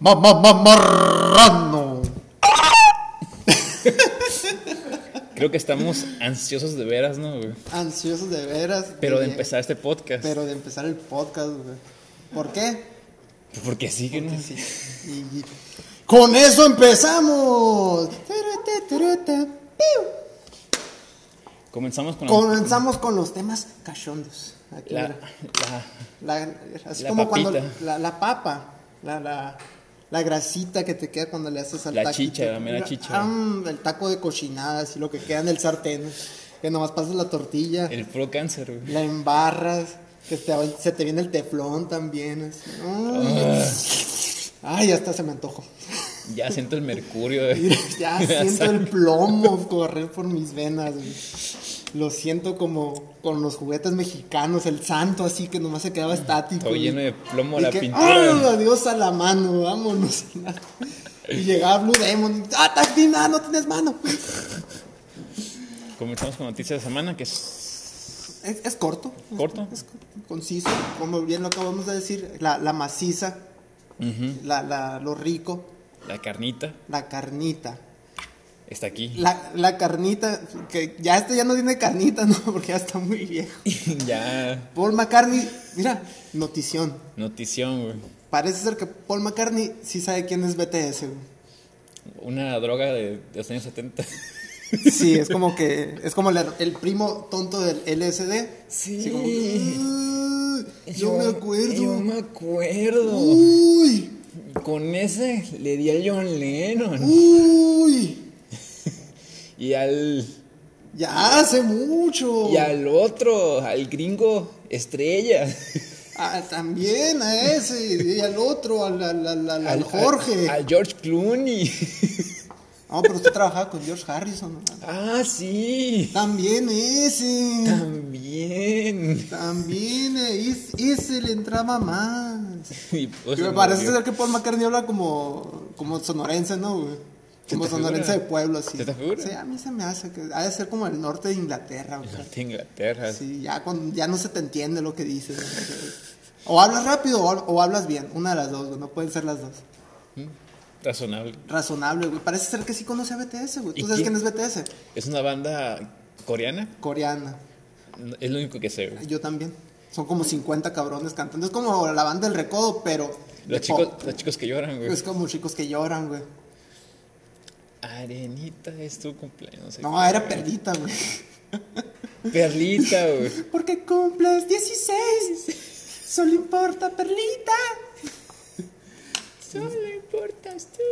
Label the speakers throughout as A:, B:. A: Ma- ma- ma- marrano.
B: Creo que estamos ansiosos de veras, ¿no? güey?
C: Ansiosos de veras.
B: Pero de
C: lleg-
B: empezar este podcast.
C: Pero de empezar el podcast, güey. ¿Por qué?
B: Porque sí que no.
C: Y- y- con eso empezamos. Turuta, turuta, piu.
B: Comenzamos con la-
C: Comenzamos con los temas cachondos. Aquí,
B: la,
C: mira.
B: la-
C: La- así
B: la
C: como cuando
B: papita.
C: la, la papa, la, la, la grasita que te queda cuando le haces al
B: La
C: taquito.
B: chicha, la mera
C: Mira,
B: chicha.
C: am, el taco de cochinada, así lo que queda en el sartén. Que nomás pasas la tortilla.
B: el pro cáncer, güey.
C: La embarras, que te- se te viene el teflón también. así.
B: Ah.
C: Ay, ya hasta se me antojó.
B: Ya siento el mercurio. güey.
C: Mira, Ya
B: Me da
C: siento el
B: sangre.
C: plomo correr por mis venas. güey. Lo siento como con los juguetes mexicanos, el santo así que nomás se quedaba estático.
B: Todo
C: güey.
B: lleno de plomo
C: Y
B: la
C: que,
B: pintura.
C: "Ah, adiós a la mano, vámonos. Y llegaba Blue Demon. ¡Ah, Tactina, no tienes mano!
B: Comenzamos con noticias de semana, que es
C: Es, es corto.
B: corto.
C: Es conciso, como bien lo acabamos de decir, la, la maciza,
B: Ujú.
C: la, la- lo rico,
B: La carnita
C: la carnita.
B: está aquí.
C: La, la carnita, que ya este ya no tiene carnita, ¿no? Porque ya está muy viejo.
B: ya.
C: Paul McCartney, mira, notición.
B: Notición, güey.
C: Parece ser que Paul McCartney sí sabe quién es BTS, güey.
B: Una droga de, de los años 70.
C: Sí, es como que, es como la- el primo tonto del LSD.
B: Sí.
C: Así como, "Ah, yo me
B: Yo
C: acuerdo. Uh.
B: me acuerdo.
C: Uy,
B: Con ese le di al John Lennon.
C: Uh. uy.
B: Y al.
C: Ya hace mucho.
B: Y al otro, al gringo estrella.
C: Ah, también a ese y al otro, al, al- al- al- al Jorge.
B: Al, George Clooney.
C: No, pero usted trabajaba con George Harrison. ¿no?
B: Ah, sí.
C: También ese.
B: También.
C: También es- ese le entraba más.
B: Y pues,
C: Me
B: se
C: parece
B: murió.
C: ser que Paul McCartney habla como, como sonorense, ¿no, güey?
B: ¿Se
C: Como
B: te figura?
C: sonorense de pueblo, así.
B: ¿Se te figura?
C: Sí, a mí se me hace que ha de ser como el norte de Inglaterra, güey.
B: Norte de Inglaterra.
C: Sí, ya, cuando- ya no se te entiende lo que dices. ¿no? O hablas rápido o, o hablas bien. Una de las dos, güey, no pueden ser las dos.
B: Razonable.
C: razonable, güey. Parece ser que sí conoce a BTS, güey.
B: ¿Y
C: ¿Tú sabes
B: quién?
C: quién es BTS?
B: Es una banda coreana.
C: Coreana.
B: Es lo único que sé. güey.
C: Yo también. Son como 50 cabrones cantando. Es como la banda del recodo, pero. de
B: Los chicos,
C: pop.
B: los chicos que lloran, güey.
C: Oh. Es como chicos que lloran, güey.
B: Arenita es tu cumpleaños. no sé
C: No,
B: qué,
C: era
B: güey.
C: perlita, güey.
B: Perlita, güey.
C: Porque cumples 16. Solo importa, perlita.
B: Solo importas tú.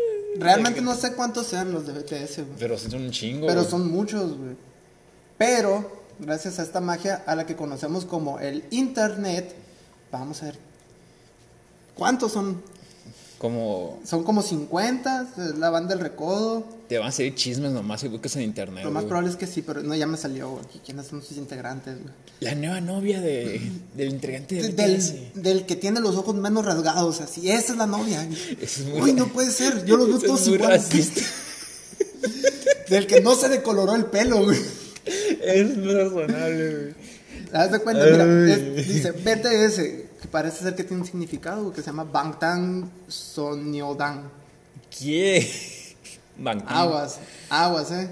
C: Realmente no sé cuántos sean los de BTS, güey.
B: Pero son un chingo.
C: Pero
B: güey.
C: son muchos, güey. Pero, gracias a esta magia a la que conocemos como el Internet, vamos a ver. ¿Cuántos son
B: Como.
C: Son como 50, es la banda del recodo.
B: Te van a salir chismes nomás si buscas en internet.
C: Lo más
B: güey.
C: probable es que sí, pero no, ya me salió, güey. ¿Quiénes son sus integrantes, güey?
B: La nueva novia de, del entregante de
C: Del,
B: BTS.
C: del que tiene los ojos menos rasgados, así. Esa es la novia. güey.
B: Eso es
C: Uy, no puede ser. Yo los veo
B: eso
C: todos
B: es muy
C: iguales.
B: racista.
C: Del que no se decoloró el pelo, güey.
B: Es muy razonable, güey.
C: Haz de cuenta, mira.
B: Ay.
C: es- dice BTS, que parece ser que tiene un significado, güey, que se llama Bangtan Sonyeodan.
B: ¿Qué? Bang.
C: Aguas, aguas, eh.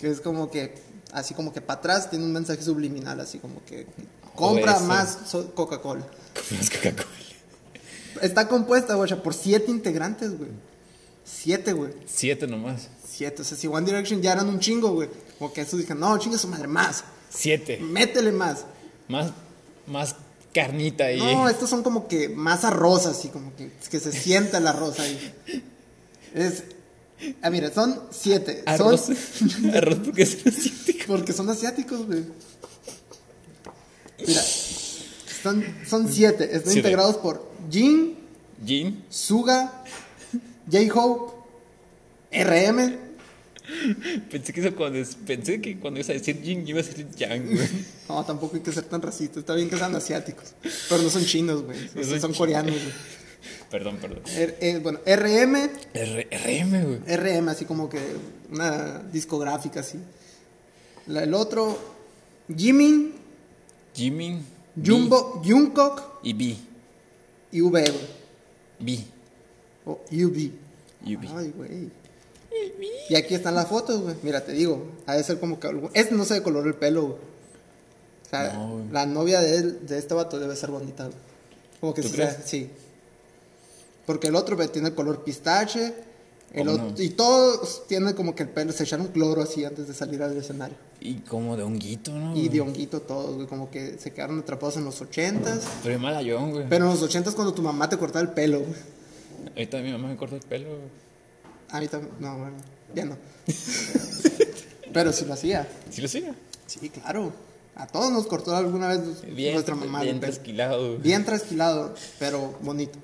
C: Que es como que, así como que para atrás tiene un mensaje subliminal, así como que compra
B: Obedece.
C: más so- Coca-Cola.
B: Compras Coca-Cola.
C: Está compuesta, güey, por siete integrantes, güey. Siete, güey.
B: Siete nomás.
C: Siete. O sea, si One Direction ya eran un chingo, güey. Como que eso dije, no, chinga su madre, más.
B: Siete.
C: Métele más.
B: Más, más carnita ahí.
C: No, estos son como que más arroz, así como que, que se sienta el arroz ahí. Es. Ah, mira, son siete.
B: Arroz.
C: Son,
B: Arroz porque es asiático.
C: Porque son asiáticos, güey. Mira, son, son siete. Están
B: Siete.
C: integrados por Jin,
B: Jin.
C: Suga, J-Hope, RM.
B: Pensé que, eso cuando, pensé que cuando ibas a decir Jin ibas a decir Yang, güey.
C: No, tampoco hay que ser tan racista. Está bien que sean asiáticos. Pero no son chinos, güey. O sea,
B: son
C: son
B: chi-
C: coreanos, güey.
B: Perdón, perdón.
C: R- eh, bueno, RM,
B: R- RM, güey.
C: RM, así como que una discográfica, así. La- el otro, Jimin,
B: Jimin. B
C: Jumbo, Jungkook
B: Y B.
C: y V, güey.
B: B.
C: O UV.
B: UV.
C: Ay, güey. Y aquí están las fotos, güey. Mira, te digo, ha de ser como que algo- Este no se decoloró el pelo, güey. O sea,
B: No, güey.
C: la novia de, él- de este vato debe ser bonita, güey. Como que
B: ¿Tú
C: sí, sea-
B: crees?
C: sí. Porque el otro güey, tiene el color pistache. El
B: ¿Cómo
C: otro-
B: no?
C: Y todos tienen como que el pelo, se echaron cloro así antes de salir al escenario.
B: Y como de honguito, ¿no?
C: Y
B: güey?
C: de honguito todos, güey, como que se quedaron atrapados en los ochentas.
B: Pero es malayón, güey.
C: Pero en los ochentas cuando tu mamá te cortaba el pelo, güey.
B: Ahorita mi mamá me corta el pelo, güey.
C: A mí Ah, también, no, bueno, ya no. Pero sí lo hacía.
B: ¿Sí lo hacía?
C: Sí, claro. A todos nos cortó alguna vez nos-
B: Bien,
C: nuestra mamá.
B: bien
C: el pelo.
B: trasquilado, güey.
C: Bien trasquilado, pero bonito.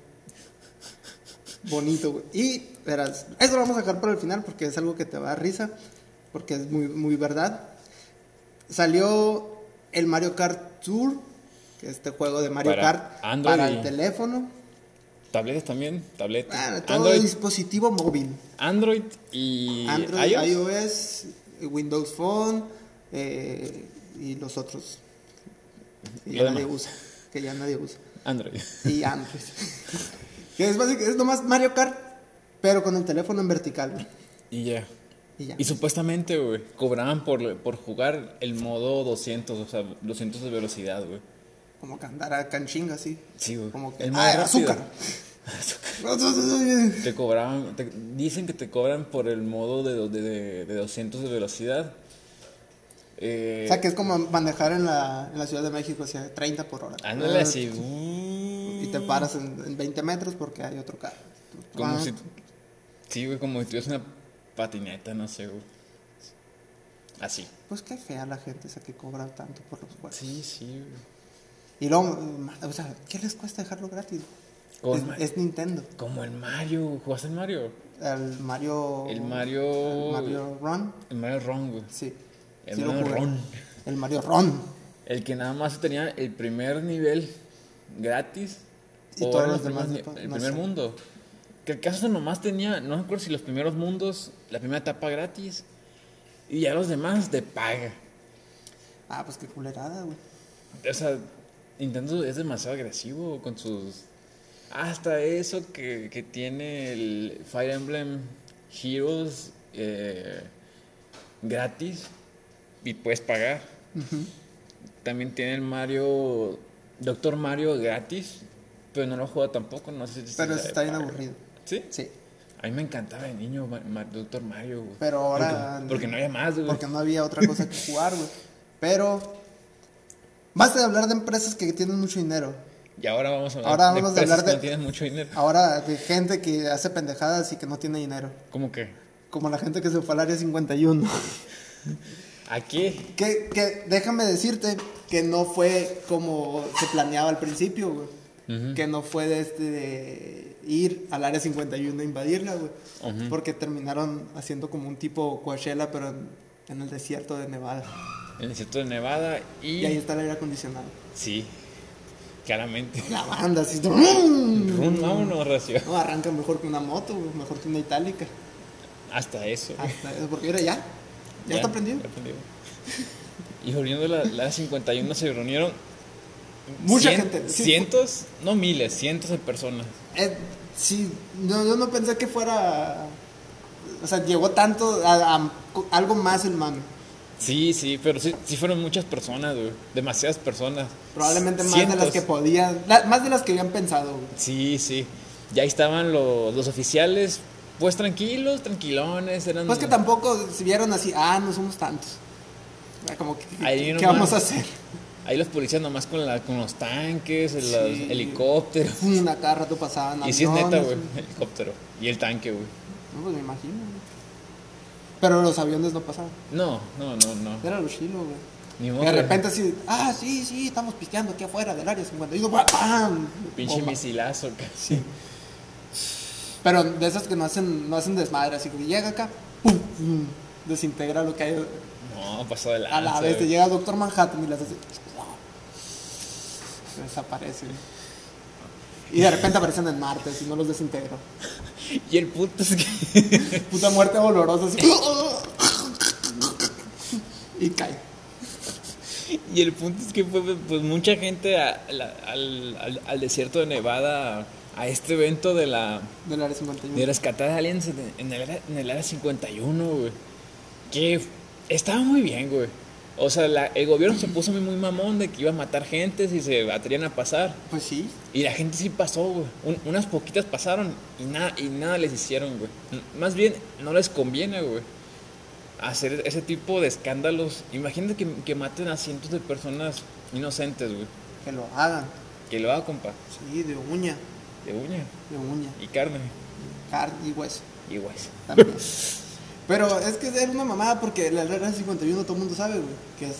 C: Bonito, güey. Y verás, eso lo vamos a dejar para el final porque es algo que te va a dar risa, porque es muy, muy verdad. Salió el Mario Kart Tour, que es este juego de Mario
B: Para
C: Kart
B: Android
C: para
B: y-
C: el teléfono,
B: Tabletas también, tabletas.
C: Bueno, todo
B: Android,
C: dispositivo móvil.
B: Android y
C: Android,
B: iOS.
C: iOS, Windows Phone eh, y los otros que
B: Lo
C: ya nadie
B: demás.
C: usa, que ya nadie usa
B: Android.
C: y Android. que es básicamente es nomás Mario Kart, pero con el teléfono en vertical. güey.
B: Y ya.
C: Y ya.
B: Y supuestamente, güey, cobraban por, por jugar el modo 200, o sea, 200 de velocidad, güey.
C: Como que andara canchinga así.
B: Sí, güey.
C: Como que
B: El más
C: ah,
B: rápido.
C: azúcar. azúcar.
B: Te cobraban, te- dicen que te cobran por el modo de, do- de, de- de 200 de velocidad. Eh,
C: o sea, que es como manejar en la, en la Ciudad de México, o sea, 30 por hora. Ah,
B: Ándale así.
C: Eh,
B: uh,
C: Y te paras en, en 20 metros porque hay otro carro.
B: Como
C: Ah,
B: si. Sí, güey, como si tuvieras una patineta, no sé, güey. Así.
C: Pues qué fea la gente esa que cobra tanto por los juegos.
B: Sí, sí, güey.
C: Y luego, ma- o sea, ¿qué les cuesta dejarlo gratis?
B: Con
C: Es-
B: Oh, ma-
C: es Nintendo.
B: Como el Mario. ¿Jugaste el Mario?
C: El Mario.
B: El Mario.
C: el Mario Run.
B: El Mario Ron, güey.
C: Sí.
B: El
C: sí lo
B: Mario
C: jugué.
B: Ron.
C: El Mario Ron.
B: El que nada más tenía el primer nivel gratis.
C: Y
B: o
C: todos
B: eran
C: los demás
B: primeros
C: no
B: ni-
C: pa-
B: El
C: no
B: primer
C: sé.
B: mundo. Que el caso nomás tenía, no me acuerdo si los primeros mundos, la primera etapa gratis. Y ya los demás de paga.
C: Ah, pues qué culerada, güey.
B: O sea, Nintendo es demasiado agresivo con sus... Hasta eso que, que tiene el Fire Emblem Heroes eh, gratis y puedes pagar. También tiene el Mario... Doctor Mario gratis, pero no lo juega tampoco, no sé
C: Pero
B: si... sea de
C: eso está bien
B: paga.
C: aburrido.
B: ¿Sí?
C: Sí.
B: A mí me encantaba de niño Ma- Ma- Doctor Mario, güey.
C: Pero ahora.
B: Porque, porque no había más, güey.
C: Porque no había otra cosa que jugar, güey. Pero. Basta de hablar de empresas que tienen mucho dinero.
B: Y ahora vamos a hablar
C: Ahora vamos a
B: empresas
C: hablar
B: que
C: de-
B: no tienen mucho dinero.
C: Ahora, de gente que hace pendejadas y que no tiene dinero.
B: ¿Cómo que?
C: Como la gente que se fue al área 51.
B: ¿A qué?
C: Que, que déjame decirte que no fue como se planeaba al principio, güey. Que no fue de, este, de ir al área 51 a invadirla, güey.
B: Ujú.
C: Porque terminaron haciendo como un tipo Coachella, pero en, en el desierto de Nevada.
B: El desierto de Nevada y...
C: Y ahí está el aire acondicionado.
B: Sí, claramente.
C: La banda, así.
B: Run,
C: No,
B: vámonos, Racio.
C: arranca mejor que una moto, güey, mejor que una itálica.
B: Hasta eso.
C: Hasta- porque era ya. Ah, Ya, está prendido.
B: ya prendido. Y volviendo la, la 51 se reunieron...
C: Mucha
B: cien-
C: gente. Sí,
B: Cientos, no miles, cientos de personas.
C: Eh, sí, no, yo no pensé que fuera. O sea, llegó tanto a, a algo más el mame.
B: Sí, sí, pero sí, sí fueron muchas personas, güey. Demasiadas personas.
C: Probablemente más de las
B: Cientos.
C: que podían. la- más de las que habían pensado. güey.
B: Sí, sí. Ya ahí estaban los, los oficiales, pues tranquilos, tranquilones, eran...
C: Pues que tampoco se vieron así, ah, no somos tantos. O sea, Como que,
B: Ahí
C: ¿qué
B: nomás.
C: vamos a hacer?
B: Ahí los policías nomás con, la, con los tanques, los
C: Sí.
B: helicópteros.
C: Una cada rato pasaban
B: Y si es neta,
C: aviones,
B: güey, helicóptero. Y el tanque, güey.
C: No, pues me imagino. güey. Pero los aviones no pasaban.
B: No, no, no, no.
C: Era lo chilo, güey.
B: Ni modo.
C: De repente así, ah, sí, sí, estamos pisteando aquí afuera del área 51. ¡Pam!
B: Pinche
C: Bomba.
B: misilazo, ca-
C: Sí. Pero de esas que no hacen, no hacen desmadre, así que llega acá, pum, pum, desintegra lo que hay.
B: No, pasó de lanza.
C: A la vez te
B: güey.
C: llega Doctor Manhattan y las hace. Desaparecen. Y de repente aparecen en Marte, así no los desintegro.
B: Y el puto es que.
C: Puta muerte dolorosa, así. Y cae.
B: y el punto es que fue pues, mucha gente a- a la- al, al- al desierto de Nevada a, a este evento de la
C: Del área 51.
B: de rescatar aliens en, en el, área- en el área 51, güey. Que estaba muy bien, güey. O sea, la- el gobierno se puso muy, muy mamón de que iba a matar gente si se atrevían a pasar.
C: Pues sí.
B: Y la gente sí pasó, güey. Un- unas poquitas pasaron y nada, y nada les hicieron, güey. N- Más bien, no les conviene, güey. Hacer ese tipo de escándalos. Imagínate que, que maten a cientos de personas inocentes, güey.
C: Que lo hagan.
B: Que lo haga, compa.
C: Sí, de uña.
B: De uña
C: De uña.
B: y carne
C: Carne y hueso.
B: y hueso.
C: También. Pero es que era una mamada porque la regla 51 todo el mundo sabe, güey. Que es-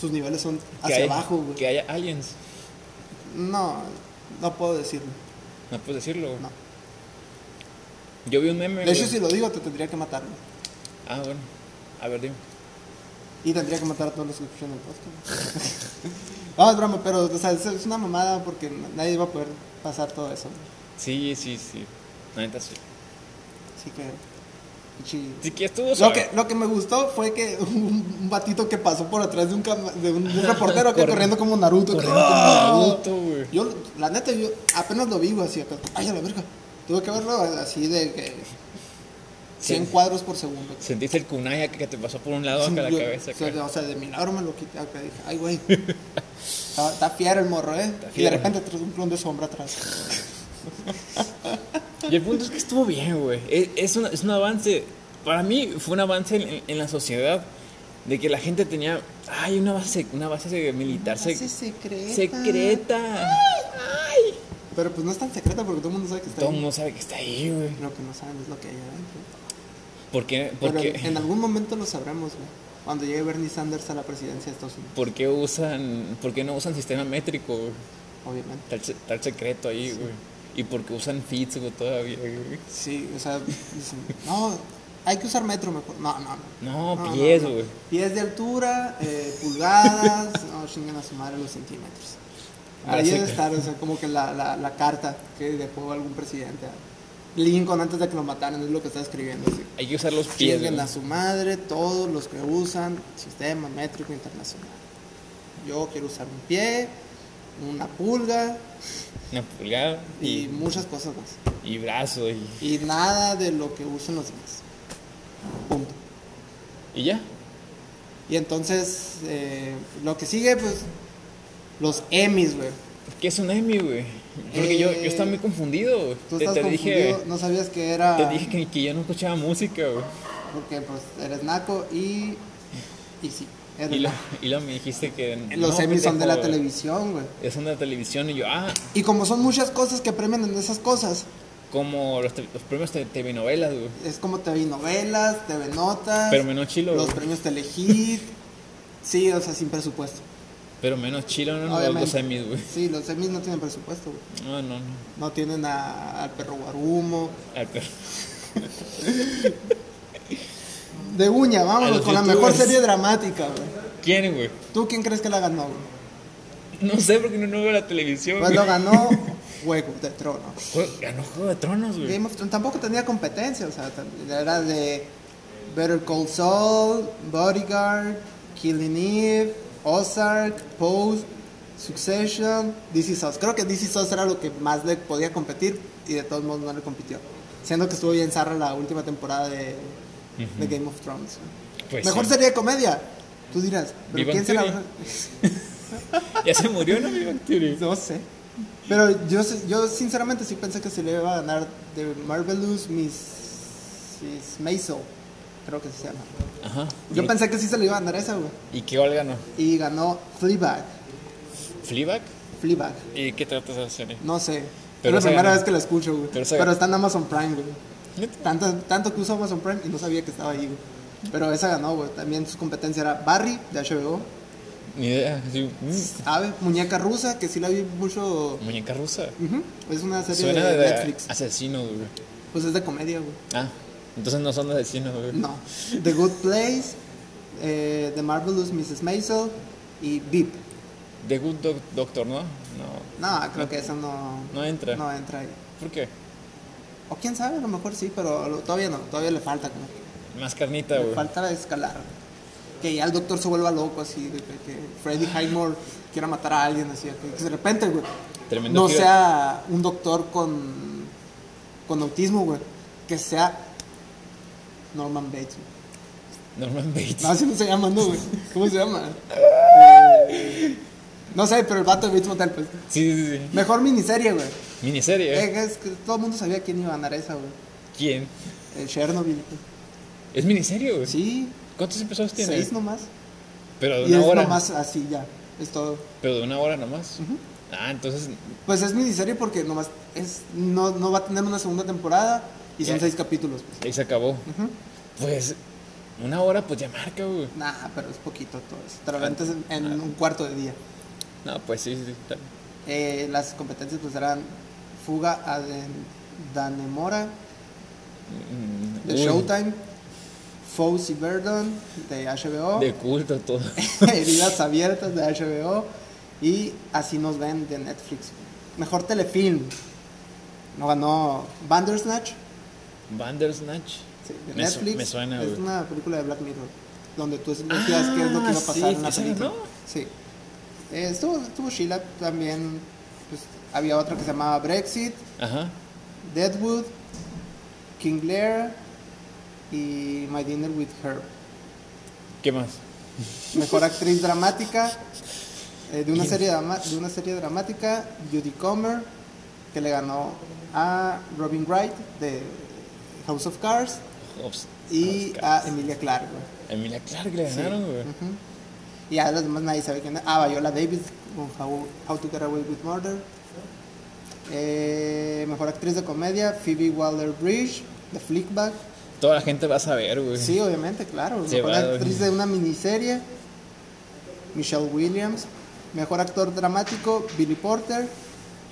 C: sus niveles son
B: Que
C: hacia
B: haya-
C: abajo, güey.
B: Que haya aliens.
C: No, no puedo decirlo.
B: No puedes decirlo, güey.
C: No.
B: Yo vi un meme.
C: De hecho,
B: güey.
C: si lo digo, te tendría que matar, güey.
B: Ah, bueno. A ver, dime.
C: Y tendría que matar a todos los que escuchan el podcast. no, es broma, pero o sea, es- es una mamada porque nadie va a poder pasar todo eso. güey.
B: Sí, sí, sí. La neta sí.
C: Así que. pinche-
B: Así que estuvo
C: Lo
B: suave.
C: que, lo que me gustó fue que un, un batito que pasó por atrás de un, cama- de un, de un reportero que
B: Corre- ¡Ah!
C: corriendo como Naruto.
B: Corriendo
C: corriendo como
B: como
C: Naruto.
B: Naruto, güey.
C: Yo, la neta, yo apenas lo vi, güey, así acá. Ay, a la verga. Tuve que verlo así de que 100
B: Sí.
C: cuadros por segundo.
B: Sentiste el kunai que te pasó por un lado acá la
C: Yo-
B: cabeza.
C: o sea,
B: acá.
C: O sea, de milagro me lo quité. acá, dije, ay, güey. está, está fiero el morro, ¿eh? Y de
B: fiero.
C: repente trae un clon de sombra atrás.
B: Y el punto es que estuvo bien, güey. Es, es un, es un avance. Para mí fue un avance en, en- en la sociedad. De que la gente tenía. Ay, una base, una base militar sec-
C: Así secreta.
B: secreta.
C: Pero pues no es tan secreta porque todo el mundo sabe que está
B: Todo el
C: ahí.
B: mundo sabe que está ahí, güey.
C: Lo que no saben es lo que hay adentro.
B: ¿Por qué, por
C: Pero
B: qué-
C: en, en algún momento lo sabremos, güey. Cuando llegue Bernie Sanders a la presidencia de Estados Unidos,
B: por qué usan. ¿Por qué no usan sistema métrico, güey?
C: obviamente.
B: Tal, se- tal secreto ahí, güey. Y porque usan Fitz, güey, todavía, güey.
C: Sí, o sea, dicen, no, hay que usar metro mejor. No, no.
B: No,
C: no,
B: pies,
C: no, no.
B: güey.
C: Pies de altura, eh, pulgadas, no, chingan a su madre los centímetros. Ahí
B: Brazo-
C: debe estar, o sea, como que la, la, la carta que dejó algún presidente a Lincoln antes de que lo mataran, es lo que está escribiendo. Así.
B: Hay que usar los pies,
C: Chinguen
B: güey.
C: a su madre todos los que usan sistema métrico internacional. Yo quiero usar un pie, una pulga
B: Una pulgada
C: y,
B: y,
C: muchas cosas más.
B: y brazo y,
C: Y nada de lo que usan los demás. Punto.
B: y ya.
C: Y entonces, eh, lo que sigue, pues, los Emmys, güey.
B: ¿Qué es un Emmy, güey? Porque yo, yo
C: Eh,
B: estaba muy confundido, güey.
C: Tú
B: Te,
C: estás
B: te dije,
C: confundido, no sabías que era...
B: te dije que, que yo no escuchaba música, güey.
C: Porque, pues, eres naco y... Y sí, eres
B: Y, lo-
C: naco.
B: y lo me dijiste que.
C: Eh, Los
B: no,
C: Emmys son de la
B: pendejo, güey.
C: televisión, güey.
B: Son de la televisión y yo, ah,
C: Y como son muchas cosas que premian en esas cosas,
B: como los, te- los premios de TV novelas, güey.
C: Es como TV novelas, TV notas,
B: Pero menos chilo,
C: Ah, los
B: güey.
C: premios Telehit. sí, o sea, sin presupuesto.
B: Pero menos chilo, ¿no? Los,
C: Obviamente.
B: los Emmys, güey.
C: Sí, los Emmys no tienen presupuesto, güey.
B: No, no, no.
C: No tienen a- al perro Guarumo.
B: Al perro.
C: De uña, vámonos
B: los
C: con la
B: youtubers.
C: mejor serie dramática, güey.
B: ¿Quién, güey?
C: ¿Tú quién crees que la ganó, güey?
B: No sé porque no, no veo la televisión.
C: Pues lo
B: güey.
C: ganó Hueco de Trono.
B: Jue- Ganó Juego de Tronos, güey.
C: Game of Thrones tampoco tenía competencia, o sea, tam- era de Better Call Saul, Bodyguard, Killing Eve, Ozark, Pose, Succession, This Is Us. Creo que This Is Us era lo que más le podía competir y de todos modos no le compitió. Siendo que estuvo bien zarra la última temporada de, de Game of Thrones.
B: Pues
C: Mejor
B: sí.
C: sería de comedia. Tú dirás, ¿pero
B: Big Bang
C: quién se la
B: Theory. Ya se murió, ¿no? Big Bang Theory?
C: No sé. Pero yo, sé- yo sinceramente sí pensé que se le iba a ganar de Marvelous Miss, Miss Maisel. Creo que se llama.
B: Ajá.
C: Yo
B: ¿Y-
C: pensé que sí se le iba a ganar esa, güey.
B: ¿Y qué gol ganó?
C: Y ganó Fleabag.
B: ¿Fleabag?
C: Fleabag.
B: ¿Y qué trata esa serie?
C: No sé.
B: Pero
C: es
B: esa
C: la primera
B: ganó.
C: vez que la escucho, güey. Pero,
B: Pero esa ganó.
C: está en Amazon Prime, güey.
B: ¿Neta?
C: Tanto, tanto que uso Amazon Prime y no sabía que estaba ahí, güey. Pero esa ganó, güey. También su competencia era Barry, de HBO.
B: Ni idea. así, mm,
C: Ave, Muñeca Rusa, que sí la vi mucho.
B: Muñeca rusa.
C: Ujú. Es una serie
B: Suena
C: de,
B: de,
C: Netflix.
B: asesino, güey.
C: Pues es de comedia, güey.
B: Ah, entonces no son asesinos, güey.
C: No. The Good Place, eh, The Marvelous Mrs. Maisel y Beep.
B: The Good Doc- Doctor, ¿no? No.
C: No, creo que eso no,
B: No entra.
C: no entra ahí.
B: ¿Por qué?
C: O quién sabe, a lo mejor sí, pero lo- todavía no, todavía le falta. como que
B: Más carnita,
C: le
B: güey.
C: falta escalar. que ya el doctor se vuelva loco así, de que, que Freddy Highmore quiera matar a alguien, así, que de repente, güey,
B: Tremendo
C: no
B: giro.
C: sea un doctor con, con autismo, güey, que sea Norman Bates. güey.
B: Norman Bates.
C: No, así no se llama, no, güey, ¿cómo se llama? Eh, no sé, pero el vato de Bates Motel, pues.
B: Sí, sí, sí.
C: Mejor miniserie, güey.
B: Miniserie.
C: Eh, es que todo el mundo sabía quién iba a ganar esa, güey.
B: ¿Quién?
C: El Chernobyl. güey.
B: ¿Es miniserie, güey?
C: Sí,
B: ¿Cuántos episodios Pues tiene?
C: seis nomás.
B: Pero de
C: Y
B: una
C: es
B: hora.
C: nomás así ya, es todo.
B: Pero de una hora nomás.
C: Ujú.
B: Ah, entonces.
C: Pues es miniserie porque nomás es, no, no va a tener una segunda temporada y son
B: Ya.
C: seis capítulos. pues.
B: Ahí se acabó.
C: Ujú.
B: Pues. Una hora, pues ya marca, güey.
C: Nah, pero es poquito todo eso.
B: Ah.
C: Te lo aventas en, en un cuarto de día.
B: No, pues sí, sí, sí. claro.
C: Eh, las competencias pues eran Fuga a Den- Danemora
B: Mm,
C: de
B: uy,
C: Showtime, Fawzi Verdon de HBO,
B: De culto todo.
C: Heridas Abiertas de HBO y Así nos ven de Netflix. Mejor telefilm. No ganó Bandersnatch
B: Bandersnatch.
C: Sí, de
B: Me su-
C: Netflix.
B: me suena,
C: Es
B: güey.
C: una película de Black Mirror. Donde tú decías qué es lo que iba a
B: Ah,
C: pasar
B: sí,
C: en la
B: ¿esa
C: película.
B: ganó?
C: Sí. Eh, estuvo, estuvo Sheila también. pues, había otra que se llamaba Brexit,
B: Ajá.
C: Deadwood, King Lear y My Dinner with Her.
B: ¿Qué más?
C: Mejor actriz dramática eh, de, una serie drama- de una serie dramática, Judy Comer, que le ganó a Robin Wright de House of Cards
B: Ops.
C: y
B: Oscar.
C: a Emilia Clarke. güey.
B: Emilia Clarke le ganaron, güey.
C: Ujú. Y a los demás nadie sabe quién es. Ah, Viola Davis con How, How to Get Away with Murder. Eh, mejor actriz de comedia, Phoebe Waller Bridge, de Flickback.
B: Toda la gente va a saber, güey.
C: Sí, obviamente, claro.
B: Sí,
C: mejor
B: va,
C: actriz
B: güey.
C: de una miniserie, Michelle Williams. Mejor actor dramático, Billy Porter.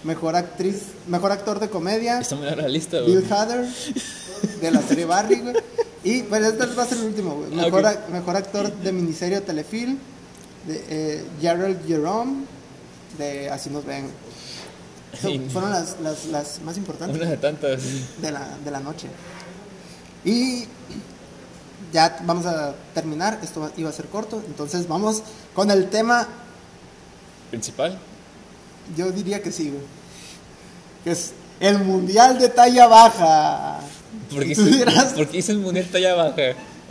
C: Mejor actriz, mejor actor de comedia,
B: Está muy larga la lista, güey.
C: Bill Hader, de la serie Barry, güey. Y, pero este va a ser el último, güey.
B: Ah,
C: Mejor,
B: ok.
C: ac- mejor actor de miniserie o telefilm, de, eh, Gerald Jerome, de Así nos ven. So,
B: Y-
C: fueron las, las, las más importantes
B: Una de tantas.
C: de la, de la noche. Y ya vamos a terminar, esto va- iba a ser corto, entonces vamos con el tema,
B: Principal.
C: yo diría que sí, güey. Que es el mundial de talla baja. Si
B: Porque
C: tú dirás-
B: hice el mundial talla baja.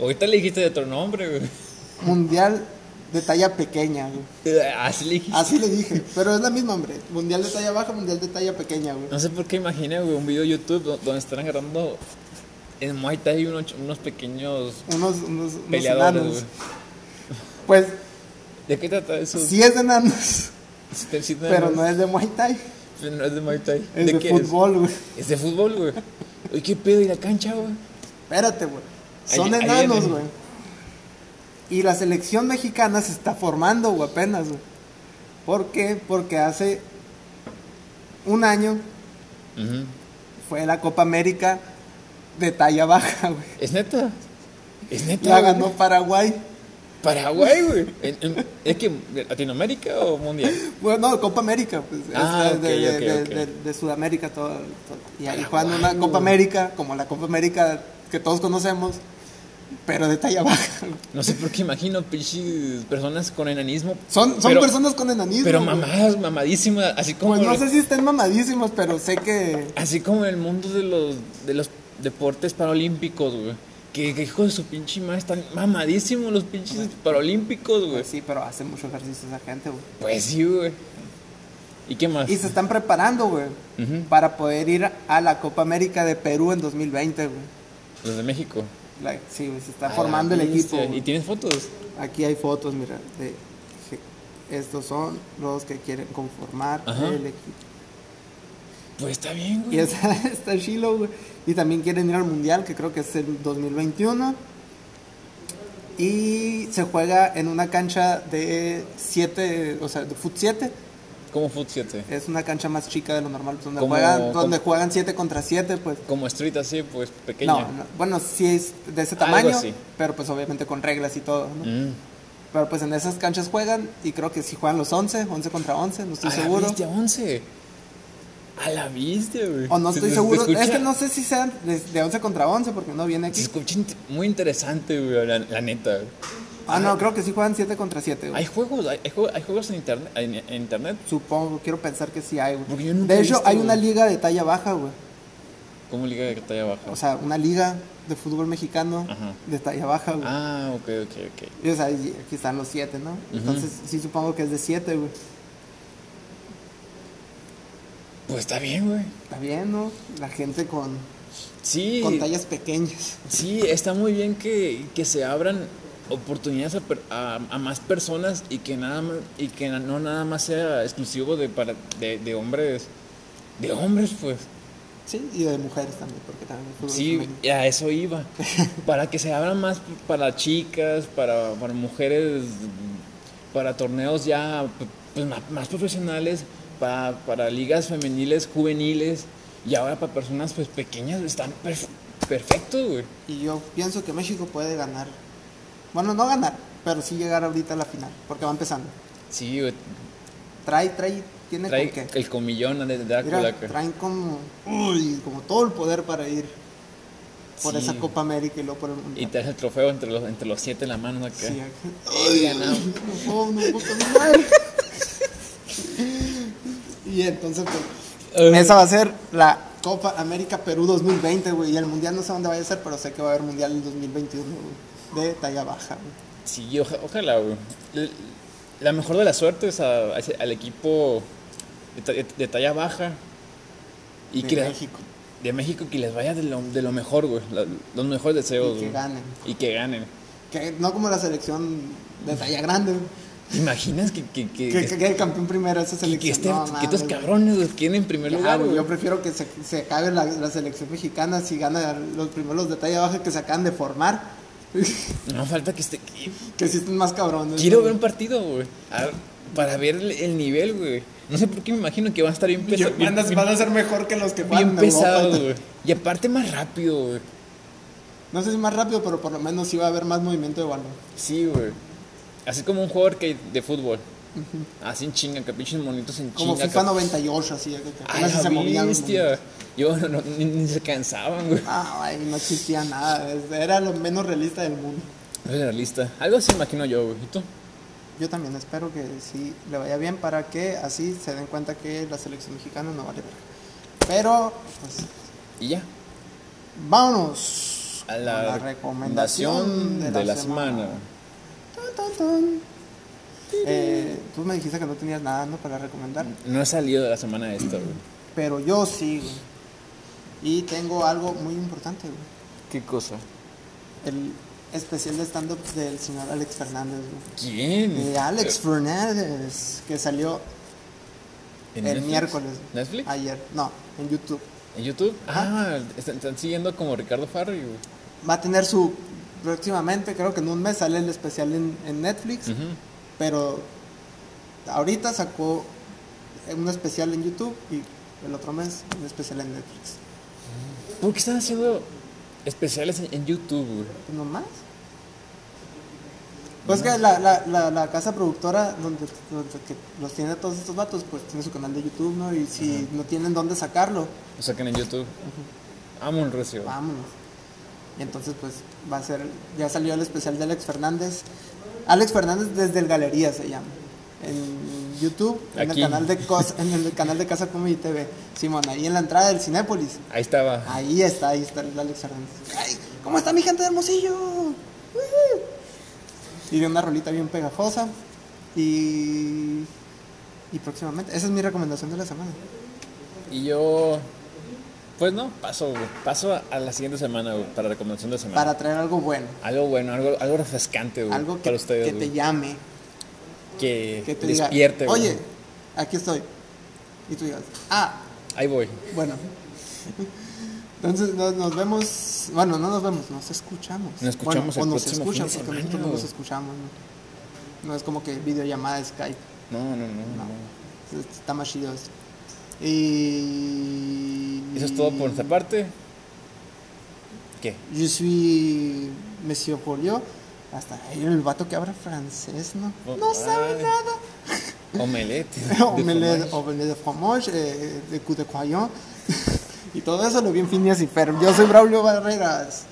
B: Ahorita le dijiste de otro nombre, güey.
C: Mundial de talla pequeña, güey.
B: Así le dijiste.
C: Así le dije, pero es la misma, hombre. Mundial de talla baja, mundial de talla pequeña, güey.
B: No sé por qué imaginé, güey, un video de YouTube do- donde están agarrando en Muay Thai unos, unos pequeños
C: Unos, unos, unos
B: peleadores,
C: enanos.
B: güey.
C: Pues
B: ¿De qué trata eso?
C: sí es de enanos,
B: Si te- si te-
C: pero no es de Muay Thai,
B: pero no es de Muay Thai.
C: es de,
B: qué
C: fútbol, güey.
B: Es? Es de fútbol, güey. Oye, ¿qué pedo? ¿Y la cancha, güey?
C: Espérate, güey. Son
B: Ahí- ahí
C: enanos,
B: viene.
C: güey. Y la selección mexicana se está formando, güey, apenas, güey. ¿Por qué? Porque hace un año
B: Ujú.
C: fue la Copa América de talla baja, güey.
B: ¿Es neta? ¿Es neta?
C: La
B: güey?
C: ganó Paraguay.
B: Paraguay, güey. En- en- ¿Es que Latinoamérica o mundial?
C: Bueno, no, Copa América, pues. es
B: Ah,
C: de, de-
B: ok, ok,
C: de-
B: ok.
C: de- de Sudamérica, todo. todo. Y ahí
B: Paraguay,
C: juegan una Copa
B: güey.
C: América, como la Copa América que todos conocemos, pero de talla baja. güey.
B: No sé por qué imagino pinches personas con enanismo.
C: Son, son
B: pero-
C: personas con enanismo.
B: Pero
C: güey.
B: mamadas, mamadísimas, así como,
C: Pues no sé si estén mamadísimos, pero sé que.
B: así como en el mundo de los, de los deportes paralímpicos, güey. Que, que hijo de su pinche madre, están mamadísimos los pinches paralímpicos, güey.
C: Pues sí, pero hace mucho ejercicio esa gente, güey.
B: Pues sí, güey. ¿Y qué más?
C: Y se están preparando, güey,
B: Ujú.
C: para poder ir a la Copa América de Perú en 2020, güey.
B: Los de México.
C: La- sí, güey, se está
B: A Ah, la
C: formando el equipo.
B: bestia. ¿Y
C: güey.
B: tienes fotos?
C: Aquí hay fotos, mira, de que estos son los que quieren conformar
B: Ajá.
C: el equipo.
B: Pues está bien,
C: Y
B: güey.
C: está, está Shiloh, güey. Y también quieren ir al Mundial, que creo que es el 2021. Y se juega en una cancha de 7, o sea, de fut 7.
B: Como Foot 7.
C: Es una cancha más chica de lo normal, pues, donde
B: Como-
C: juegan donde
B: como-
C: juegan 7 contra 7, pues.
B: Como Street así, pues pequeña.
C: No, no, bueno, sí es de ese
B: Algo
C: tamaño,
B: así.
C: pero pues obviamente con reglas y todo, ¿no?
B: Mm.
C: Pero pues en esas canchas juegan y creo que sí juegan los 11, 11 contra 11, no estoy
B: a la
C: seguro.
B: bestia, 11. A la bestia, güey.
C: O no
B: Se-
C: estoy
B: se- se
C: seguro, es
B: escucha-
C: que no sé si sean de, de 11 contra 11 porque no viene
B: Se
C: aquí.
B: escucha int- muy interesante, güey, la, la neta. güey.
C: Ah, no, creo que sí juegan 7 contra 7,
B: Hay juegos, hay, hay jue- hay juegos en internet, en, en internet
C: Supongo, quiero pensar que sí hay, güey.
B: Porque yo nunca
C: de
B: he
C: hecho,
B: visto,
C: hay
B: güey.
C: una liga de talla baja, güey.
B: como liga de talla baja.
C: O sea, una liga de fútbol mexicano
B: Ajá.
C: de talla baja, güey.
B: ah, ok, ok, ok.
C: Y, o sea, y aquí están los 7, ¿no? Entonces, sí supongo que es de 7, güey.
B: Pues está bien, güey.
C: Está bien, ¿no? La gente con,
B: Sí,
C: con tallas pequeñas.
B: sí, está muy bien que, que se abran oportunidades a, per- a- a más personas y que nada más, y que no nada más sea exclusivo de para de, de hombres de hombres pues
C: Sí, y de mujeres también, porque también el fútbol
B: sí
C: femenino.
B: a eso iba para que se abran más para chicas para, para mujeres para torneos ya pues, ma- más profesionales para, para ligas femeniles juveniles y ahora para personas pues pequeñas están perf- perfectos güey
C: Y yo pienso que México puede ganar. Bueno, no ganar, pero sí llegar ahorita a la final, porque va empezando.
B: sí güey.
C: Trae, trae, tiene
B: Trae
C: con qué.
B: el comillón de
C: Mira,
B: Drácula. que-
C: traen como, uy, como todo el poder para ir por
B: Sí.
C: esa Copa América y luego por el Mundial.
B: Y traes el trofeo entre los, entre los siete en la mano. acá.
C: Sí, acá. no puedo, no puedo caminar. y entonces, pues, esa va a ser la Copa América Perú 2020, güey. Y el mundial no sé dónde vaya a ser, pero sé que va a haber mundial en 2021, güey. De talla baja, güey.
B: Sí, oja- ojalá, güey. L- La mejor de las suertes a- a ese- al equipo de, ta- de talla baja. Y
C: de
B: que la-
C: México.
B: de México, que les vaya de lo, de lo mejor, güey. La- los mejores deseos,
C: Y que
B: güey.
C: ganen.
B: Y que ganen.
C: Que no como la selección de talla grande, güey.
B: ¿Te imaginas que, que, que,
C: Que, que- que el campeón primero de esa
B: que-
C: selección.
B: que este-
C: No,
B: que
C: mames,
B: estos
C: güey.
B: cabrones los queden en primer
C: Ya,
B: lugar,
C: güey,
B: güey?
C: yo prefiero que se, se acabe la, la selección mexicana si gana los primeros de talla baja que se acaban de formar.
B: No falta que esté. que-
C: Que sí están más cabrones.
B: Quiero
C: güey.
B: ver un partido, güey. a- Para ver el, el nivel, güey. No sé por qué me imagino que van a estar bien, pesa-
C: Yo-
B: bien-
C: van, a,
B: bien-
C: van a ser mejor que los que
B: bien
C: juegan en Europa.
B: pesados, güey. Y aparte más rápido, güey.
C: No sé si más rápido, pero por lo menos sí va a haber más movimiento de balón.
B: Sí, güey. Así como un jugador que de fútbol. Así en chinga, que pinches monitos en
C: Como
B: chinga.
C: FIFA
B: que-
C: 98, así. Que
B: Ay,
C: apenas se
B: la
C: movían los
B: bestia.
C: movimientos.
B: Yo no, no- ni, ni se cansaban, güey.
C: Ah, ay, no existía nada. es- Era lo menos realista del mundo.
B: No era realista. Algo así imagino yo, güey. ¿Y tú?
C: Yo también espero que sí le vaya bien para que así se den cuenta que la selección mexicana no vale verga. Pero, pues,
B: Y ya.
C: vámonos
B: A
C: con
B: la, recomendación de, la semana.
C: Tun, tun, tun. Eh, tú me dijiste que no tenías nada ¿no? para recomendar,
B: No he salido de la semana esta, güey.
C: pero yo sí, güey. Y tengo algo muy importante, güey.
B: ¿Qué cosa?
C: El especial de stand-up del señor Alex Fernández, güey.
B: ¿Quién?
C: De Alex Fernández, que salió
B: ¿En
C: el
B: Netflix?
C: miércoles. güey.
B: ¿Netflix?
C: Ayer, no, en YouTube.
B: ¿En YouTube? Ah, están, están siguiendo como Ricardo Farri, güey.
C: Va a tener su. Próximamente, creo que en un mes sale el especial en, en Netflix.
B: Ujú.
C: Pero ahorita sacó un especial en YouTube y el otro mes un especial en Netflix.
B: ¿Por qué están haciendo especiales en, en YouTube, güey?
C: Pues no más. Pues que la, la, la, la casa productora donde, donde que los tiene a todos estos vatos, pues tiene su canal de YouTube, ¿no? Y si no tienen dónde sacarlo,
B: Lo sacan en YouTube. Amo un recio.
C: vámonos. Y entonces, pues va a ser. Ya salió el especial de Alex Fernández. Alex Fernández desde el Galería se llama. En YouTube, en el,
B: Aquí.
C: canal de Cos- en el canal de Casa Comedy TV. Simón, ahí en la entrada del Cinépolis.
B: Ahí estaba.
C: Ahí está, ahí está el Alex Fernández. ¡Ay! ¿Cómo está mi gente de Hermosillo? ¡Ujú! Y de una rolita bien pegajosa. Y. Y próximamente. Esa es mi recomendación de la semana.
B: Y yo. Pues no, paso, güey. Paso a, a la siguiente semana, güey, para recomendación de semana.
C: Para traer algo bueno.
B: Algo bueno, algo, algo refrescante, güey.
C: Algo que,
B: para ustedes,
C: que
B: güey.
C: te llame.
B: que,
C: Que te diga.
B: despierte, güey.
C: Oye, aquí estoy. Y tú digas. Ah,
B: Ahí voy.
C: bueno. Entonces no- nos vemos. Bueno, no nos vemos, nos escuchamos.
B: Nos
C: Bueno,
B: escuchamos el
C: o nos
B: próximo
C: escuchan,
B: fin de
C: porque nosotros
B: semana,
C: no nos
B: güey.
C: escuchamos. ¿no? no es como que videollamada Skype.
B: No, no, no. no.
C: Está más chido esto. Y...
B: Eso es todo por nuestra parte. ¿Qué?
C: Yo soy Monsieur Polio. Hasta ahí el vato que habla francés, ¿no?
B: Oh,
C: No sabe
B: ay.
C: nada.
B: Omelette.
C: Omelette oh. omelette de fromage, eh, de coup de croyant. y todo eso lo vi en Phineas y Ferb. Yo soy Braulio Barreras.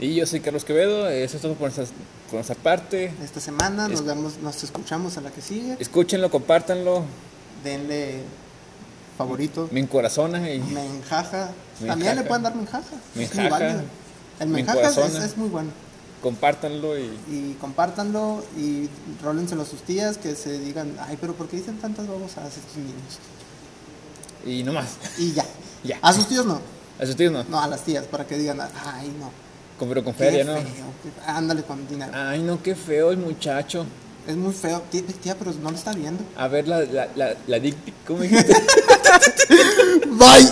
B: Y yo soy Carlos Quevedo, eso es todo por nuestra, por nuestra parte.
C: Esta semana
B: Es-
C: nos vemos, nos escuchamos a la que sigue.
B: Escúchenlo, compártanlo,
C: Denle favorito.
B: me encorazona y
C: Menjaja.
B: Menjaja.
C: También le pueden dar menjaja. Es muy
B: Menjaja.
C: válido. El menjaja es,
B: Mencorazona.
C: es muy bueno.
B: compártanlo y
C: Y compártanlo y rólenselo a sus tías que se digan, ay, pero ¿por qué dicen tantas babosadas estos niños?
B: Y no más.
C: Y ya.
B: Ya.
C: A sus tíos no.
B: A sus tíos no.
C: No, a las tías, para que digan, ay, no.
B: Con- Pero con
C: Qué
B: feria, ¿no?
C: feo, qué- Ándale con dinero.
B: Ay, no, qué feo el muchacho.
C: Es muy feo. Tía, tía, pero no lo está viendo.
B: A ver la, la, la, la dick pic, ¿cómo dijiste?
A: Bye.